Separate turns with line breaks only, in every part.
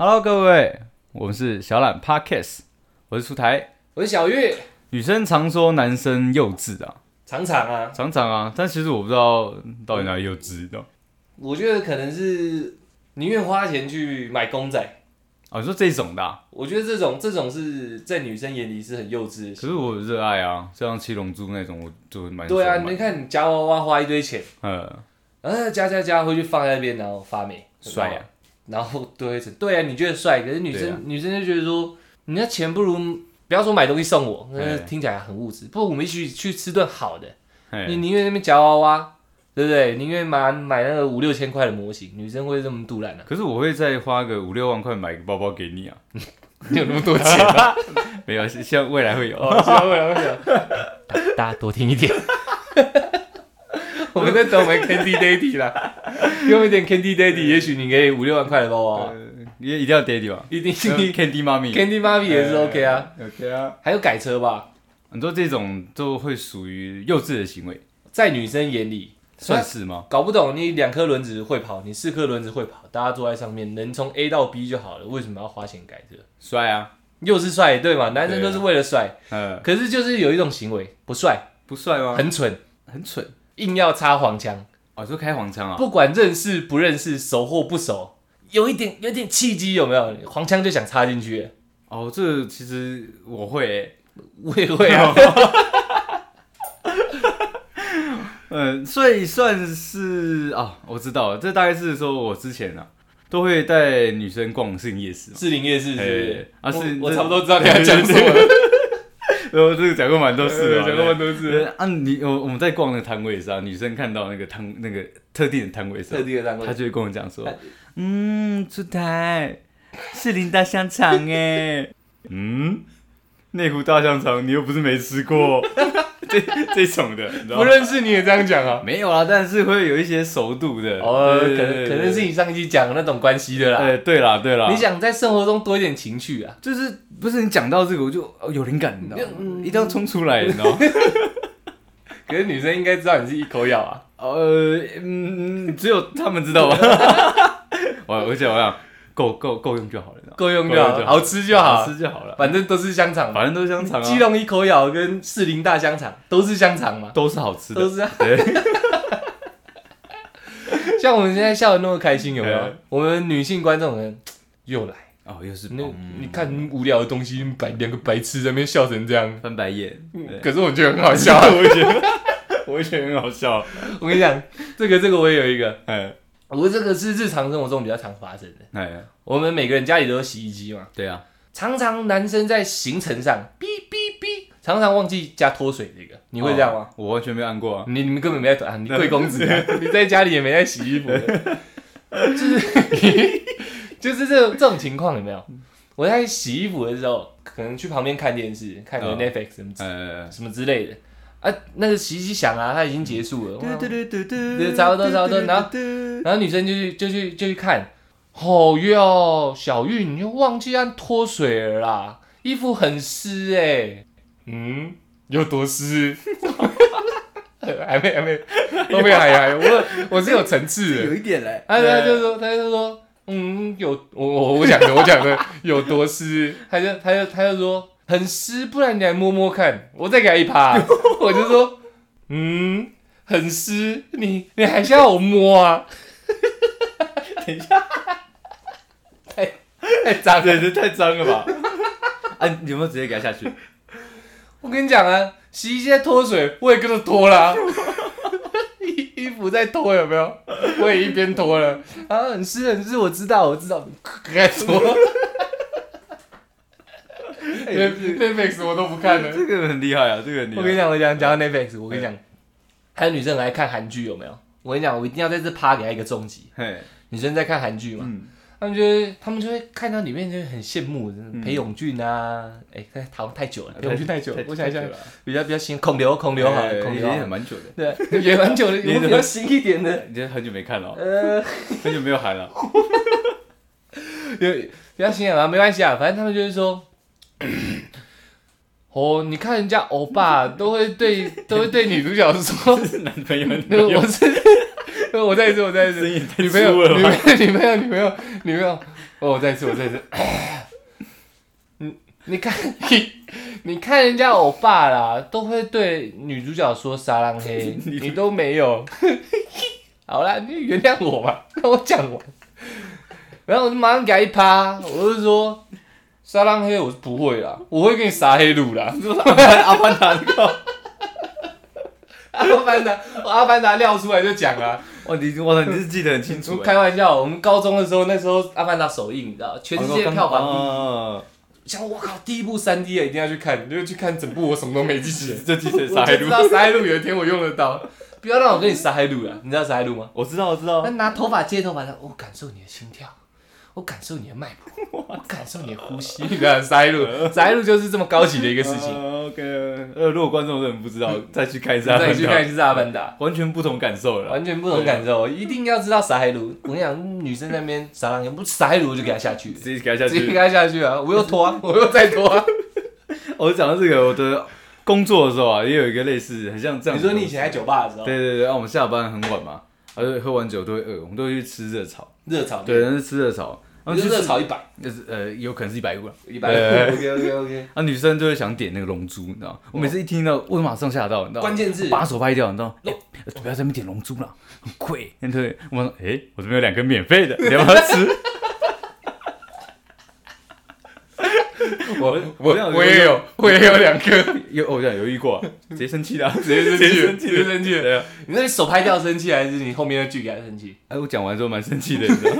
Hello，各位，我们是小懒 Podcast，我是出台。
我是小玉，
女生常说男生幼稚啊，
常常啊，
常常啊，但其实我不知道到底哪里幼稚，你知道吗？
我觉得可能是宁愿花钱去买公仔，
啊，你说这种的啊、
我觉得这种这种是在女生眼里是很幼稚的
可
行
是我热爱啊，像七龙珠那种，我就蛮
为。对啊，
喜欢买
你看你夹娃娃花一堆钱，
呃，
然后夹夹夹回去放在那边，然后发霉，
帅啊
然后堆成对啊，你觉得帅，可是女
对
生、
啊
女生就觉得说，你那钱不如不要说买东西送我，那
哎
听起来很物质。不，如我们一起去吃顿好的，你
嘿，
宁愿那边夹娃娃，对不对？宁愿买买那个五六千块的模型，女生会这么 杜烂啊？
可是我会再花个五六万块买个包包给你啊，
你有那么多钱？
没有，是像未来会有。
哦，会了会了，大家多听一点。我们在等我们 Candy Daddy 啦，给我们一点 Candy Daddy，也许你可以五六万块的包包，
呃也一定要 daddy 吧
一定
，Candy 妈咪
Candy 妈咪也是 OK 啊，
，OK 啊。
还有改车吧，
你说这种都会属于幼稚的行为，
在女生眼里
算是吗？
搞不懂，你两颗轮子会跑，你四颗轮子会跑，大家坐在上面能从 A 到 B 就好了，为什么要花钱改车？
帅啊，
又是帅对嘛，男生都是为了帅，
呃，
可是就是有一种行为不帅，
不帅吗？
很蠢，
很蠢。
硬要插黄腔。
哦，说开黄腔啊？
不管认识不认识，熟或不熟，有一点有点契机，有没有？黄腔就想插进去了，
哦，这个其实我会欸、
我也会 啊。
嗯，所以算是啊、我知道了，这大概是说我之前啊，都会带女生逛信夜市嘛。
士林夜市是不是
嘿？啊
我
是
我
这
差不多知道你要讲 什 么了，
然后这个讲过蛮多次的嘛，
讲过蛮多次
对啊，你我我们在逛那个摊位上，女生看到那个摊那个特定的摊位上
特，地的单位
她。就会跟我讲说
她，
嗯，出台士林大香肠 哎，嗯，内湖大香肠你又不是没吃 过，这这种的，你知道
不
吗？
认识你也这样讲啊？
没有啦，但是会有一些熟度的。
哦，可
对
能可能是。你上一期讲的那种关系的
对对
啦。啊
哎，对啦，对啦。
你想在生活中多一点情趣啊？
就是不是你讲到这个，我就哦有嗯灵感，你知道吗？
嗯
一定要冲出来，你知道吗？
可是女生应该知道你是一口咬啊。
呃，嗯，只有他们知 道吧。我而且我想够够够用就好了，你知道吗
够用
够
就
用就
好，
好
好吃就好，
吃就好了，
反正都是香肠嘛。
反正都是香肠
基
啊，
隆一口咬跟士林大香肠都是香肠嘛，
都是好吃
都
的。
是啊。
对，
像我们现在笑的那么开心，有没有
哎？
我们女性观众呢又来，
哦，又是
那
嗯
你看无聊的东西，白两个白痴在那边笑成这样，
翻白眼，对。
可是 我觉得很好 笑
我也觉得 我也觉得很好笑。
我跟你讲，这个这个我也有一个，
哎
我这个是日常生活中比较常发生的。
哎，
我们每个人家里都有洗衣机嘛，
对啊，
常常男生在行程上，哔哔哔，常常忘记加脱水这个，你会这样吗？
哦？我完全没有按过啊，
你你们根本没在啊，你贵公子、啊， 你在家里也没在洗衣服， 就是 就是这种这种情况有没有？我在洗衣服的时候，可能去旁边看电视，看个
哦
Netflix 什么之、
呃，
什么之类的啊，那个洗衣机响啊，它已经结束了，哇
对对
对差不多差不多然后然后女生就去就去就去看，哦哟，小玉你又忘记按脱水了啦，衣服很湿哎、嗯，有多湿？ 还没还没，后面还有还有，我我是有层次的。
一点嘞，
他他就说他就说，嗯，有我我我讲的我讲的有多湿，他就他就他就说很湿，不然你来摸摸看，我再给他一趴， 我就说，嗯，很湿，你你还是要我摸啊？
等一下，
太脏了！
对，这太脏了 吧？啊，你有没有直接给他下去？
我跟你讲啊，洗衣机在脱水，我也跟着脱啦、衣 衣服在脱有没有？我也一边脱了， 啊，很湿很湿，我知道我知道， 该 脱。
哎不是
Netflix 我都不看 了。
这个很厉害啊，这个很厉害。
我跟你讲，我讲讲到 Netflix，我跟你讲，还有女生来看韩剧有没有？我跟你讲，我一定要在这趴给她一个重击。
嘿，
女生在看韩剧嘛，
嗯，
她们就会，她们就会看到里面就会很羡慕裴勇俊啊，哎，他好像太久了，裴勇俊太久了，哎我想一下，哎
了，
比较比较新，孔刘孔刘好了，孔
已
刘好
经
了
很，蛮久的。
对，也蛮久了，
你
有比较新一点的，
你这很久没看了哦，
呃，
很久没有喊 了。
有比较新啊，没关系啊，反正他们就是说。 哦，你看人家欧巴都会对都会对女主角 说，
是男 朋友，男
那
朋
个
友
我是，我再一次，我再一次，
声音太
女朋友，
粗了
女
吧？
朋友，女朋友，女朋友，女朋友，哦，我再一次，我再一次。 你你看 你你看人家欧巴啦，都会对女主角说沙浪嘿，你都没有。 好啦，你原谅我吧，让我讲完。然后我就马上给他一趴，我就说沙浪嘿，我是不会啦，我会给你撒黑路啦。
阿凡达那个，
阿凡达，我阿凡达撂出来就讲啊。
哇，你哇，你是记得很清
我
楚欸。
开玩笑，我们高中的时候，那时候《阿凡达》首映，你知道，全世界票房第一。
哦，
想我靠，第一部三 D 的一定要去看，就去看整部，我什么都没记起来。
这记得
我
傻
就
海
知
路，
道撒海路有一天我用得到，不要让我跟你撒海路了。你知道撒海路吗？
我知道，我知道
那。拿头发接头发的，我感受你的心跳，我感受你的脉搏，我感受你的呼吸。 你知道撒海路，撒海路就是这么高级的一个事 情。
呃 OK，呃，如果观众是很不知道，再去看一下阿
再
凡
去看
达，
一次《阿凡 达》。
完全不同感受了。
完全不同感受，一定要知道撒海路。我跟你讲，女生在那边撒浪，不撒海路我就给她下去了。
直接给他下
直接
去
给。他下去啊！我又拖、 啊，我又再拖、啊。
我讲到这个，我的工作的时候啊，也有一个类似，很像这样
你
子的
说
东西。
你以前在酒吧的时候，
对对对，啊，我们下班很晚嘛，而且喝完酒都会饿，我们都会去吃热炒。
热炒
对，，但是吃热炒，然后
你
去
就
吃
热炒一百，
就是呃，有可能是一百五了。
一百
对
OK OK OK。
啊，女生就会想点那个龙珠，你知道吗？我每次一听到，我马上吓到，你知道吗？
关键字
把手拍掉，你知道吗？欸不要在那边点龙珠了， 很贵。对，我说，哎、我这边有两根免费的， 你要不要吃？
我
我这样
我
子
我也有，我也有两个，
有，哦我这样犹豫过，啊直接生气了， 直
直
直接
接
生
生气，
气
直接
了。
生气。
对啊，
你那你手拍掉生气，还是你后面的剧给他生气？
哎、我讲完之后蛮生气的，你知道吗？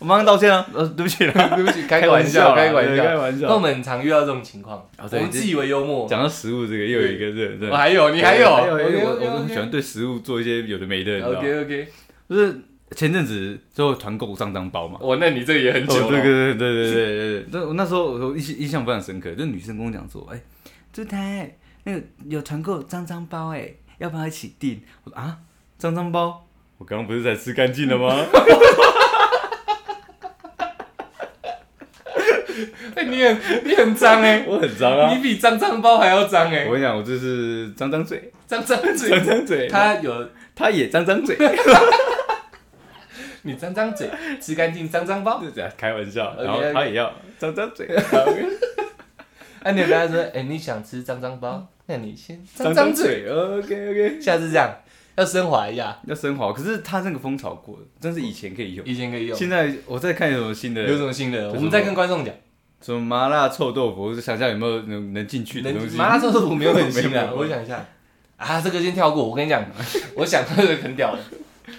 我马上道歉 啊，呃，对不起啦。
对不起，开
开
个玩
玩
笑，
笑啦
开个玩
对
笑，
开玩笑
那我们很常遇到这种情况，
哦
我
对
们
这
自以为幽默。
讲到食物这个，又有一个热热
我。还有，你还有，
还有，哎还有我我很喜
OK
欢对食物做一些有的没的，你知道吗？
OK OK。
就是前阵子就团购上当包嘛，
我那你这也很久
哦对对
了，
对对 对对，那我那时候我印印象非常深刻，就女生跟我讲说，哎、朱台那个有团购脏脏包哎、要不要一起订？我说啊，脏脏包，我刚刚不是才吃干净了吗？
哎，你很你很脏哎，
我很脏啊
你！比脏脏包还要脏哎
我，跟你讲，我就是脏脏嘴，
脏脏
脏
嘴，
脏嘴，
他有
他也脏脏嘴，
你脏脏嘴，吃干净脏脏包。
这样开玩笑，
OK，OK
然后他也要脏脏 嘴，
啊，你有跟他说，哎、你想吃脏脏包，那你先脏
脏脏
脏嘴，
嘴，OK OK，
下次这样，要升华一下，
要升华。可是他那个风潮过了，真是以前可以用，
以前可以用。
现在我在看有什么新的，
有什么新的？
有
我
什
们
么
再跟观众讲。
什么麻辣臭豆腐，我就想想有没有能能进去的东
能
西。
麻辣臭豆腐没有很
没
新
有没
啊，
有
我想一下啊，这个先跳过。我跟你讲， 我想到这个很屌的，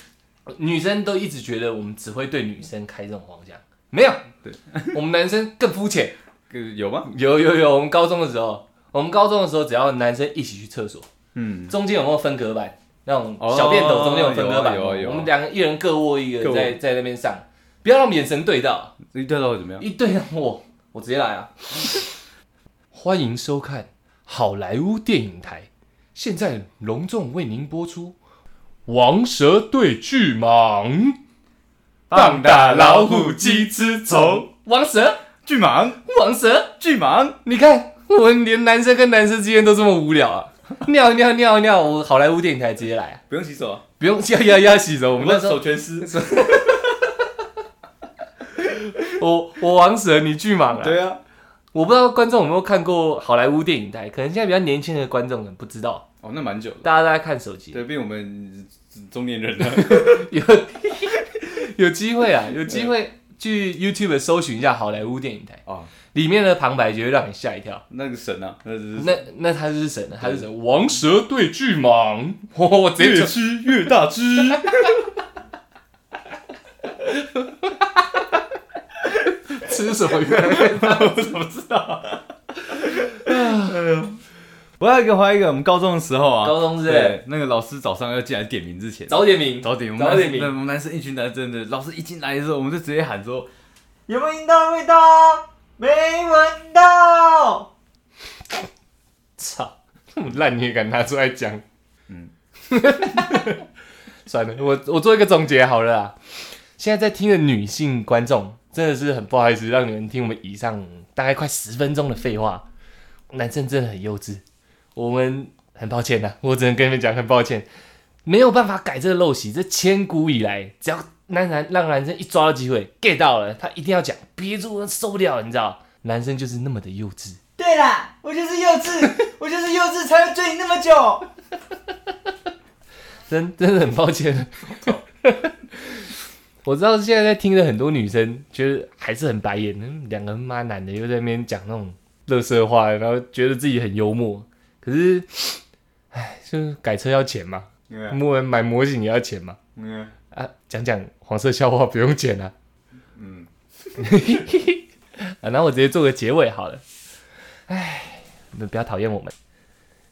女生都一直觉得我们只会对女生开这种黄腔，没有，
对，
我们男生更肤浅。
呃有吗？
有有有，我们高中的时候，我们高中的时候，只要男生一起去厕所，
嗯，
中间有没有分隔板？那种小便斗
哦
中间有分隔板，
有啊有啊有啊
我们两个一人各握一
各
个
握
在在那边上，不要让我们眼神对到，
一对到底怎么样？
一对到我，我直接来啊！欢迎收看好莱坞电影台，现在隆重为您播出《王蛇对巨蟒》，棒打老虎鸡
吃
走，王蛇，
巨蟒，
王蛇，
巨蟒，
你看我们连男生跟男生之间都这么无聊啊！尿尿尿尿，我好莱坞电影台直接来啊！
不用洗手啊，
不用要要要洗手，我
我
们
们
那
的
时候
手全湿。
我我王蛇，你巨蟒啊！
对啊，
我不知道观众有没有看过好莱坞电影台，可能现在比较年轻的观众们不知道，
哦，那蛮久的。
大家都在看手机，
对，毕竟我们中年人了，
有有机会啊，有机会去 YouTube 搜寻一下好莱坞电影台，
哦，
里面的旁白就会让你吓一跳。
那个神啊，那只是
那那他是神啊了，他是神，王蛇对巨蟒， 我直接就
吃 越大 只。
吃什 么鱼？
我怎么知道啊？我还有一个，还有一个，我们高中的时候啊，
高中是不是
对那个老师早上要进来点名之前，
早点名，
早点，我们
早
男
点
生，
名
对我们男生一群男生的，老师一进来的时候，我们就直接喊说：“有没有闻到的味道？没闻 到。
操， 这么烂你也敢拿出来讲？嗯
嗯，
算了，我我做一个总结好了啦。现在在听的女性观众，真的是很不好意思让你们听我们以上大概快十分钟的废话。男生真的很幼稚，我们很抱啊歉呐、我只能跟你们讲很抱歉，没有办法改这个陋习，这千古以来，只要那男让男生一抓到机会 get 到了，他一定要讲，憋住受不了，你知道，男生就是那么的幼稚。
对啦，我就是幼稚，我就是幼稚才会追你那么久。
真真的很抱歉。 我知道现在在听的很多女生，觉得还是很白眼，嗯两个妈男的又在那边讲那种乐色话，然后觉得自己很幽默。可是，唉，就是改车要钱嘛，
嗯
木人买模型也要钱嘛。
嗯
啊，讲讲黄色笑话不用剪啊。
嗯，
啊，然后我直接做个结尾好了。唉，你们不要讨厌我们。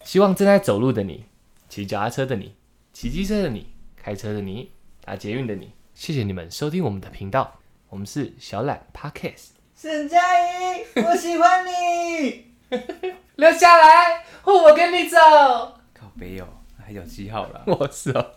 希望正在走路的你，骑脚踏车的你，骑机车的你，开车的你，打捷运的你，谢谢你们收听我们的频道。我们是小懒 Podcast，
沈佳宜，我喜 欢你。
留下来，我跟你走。
靠北哦，还有记号啦。
我是哦，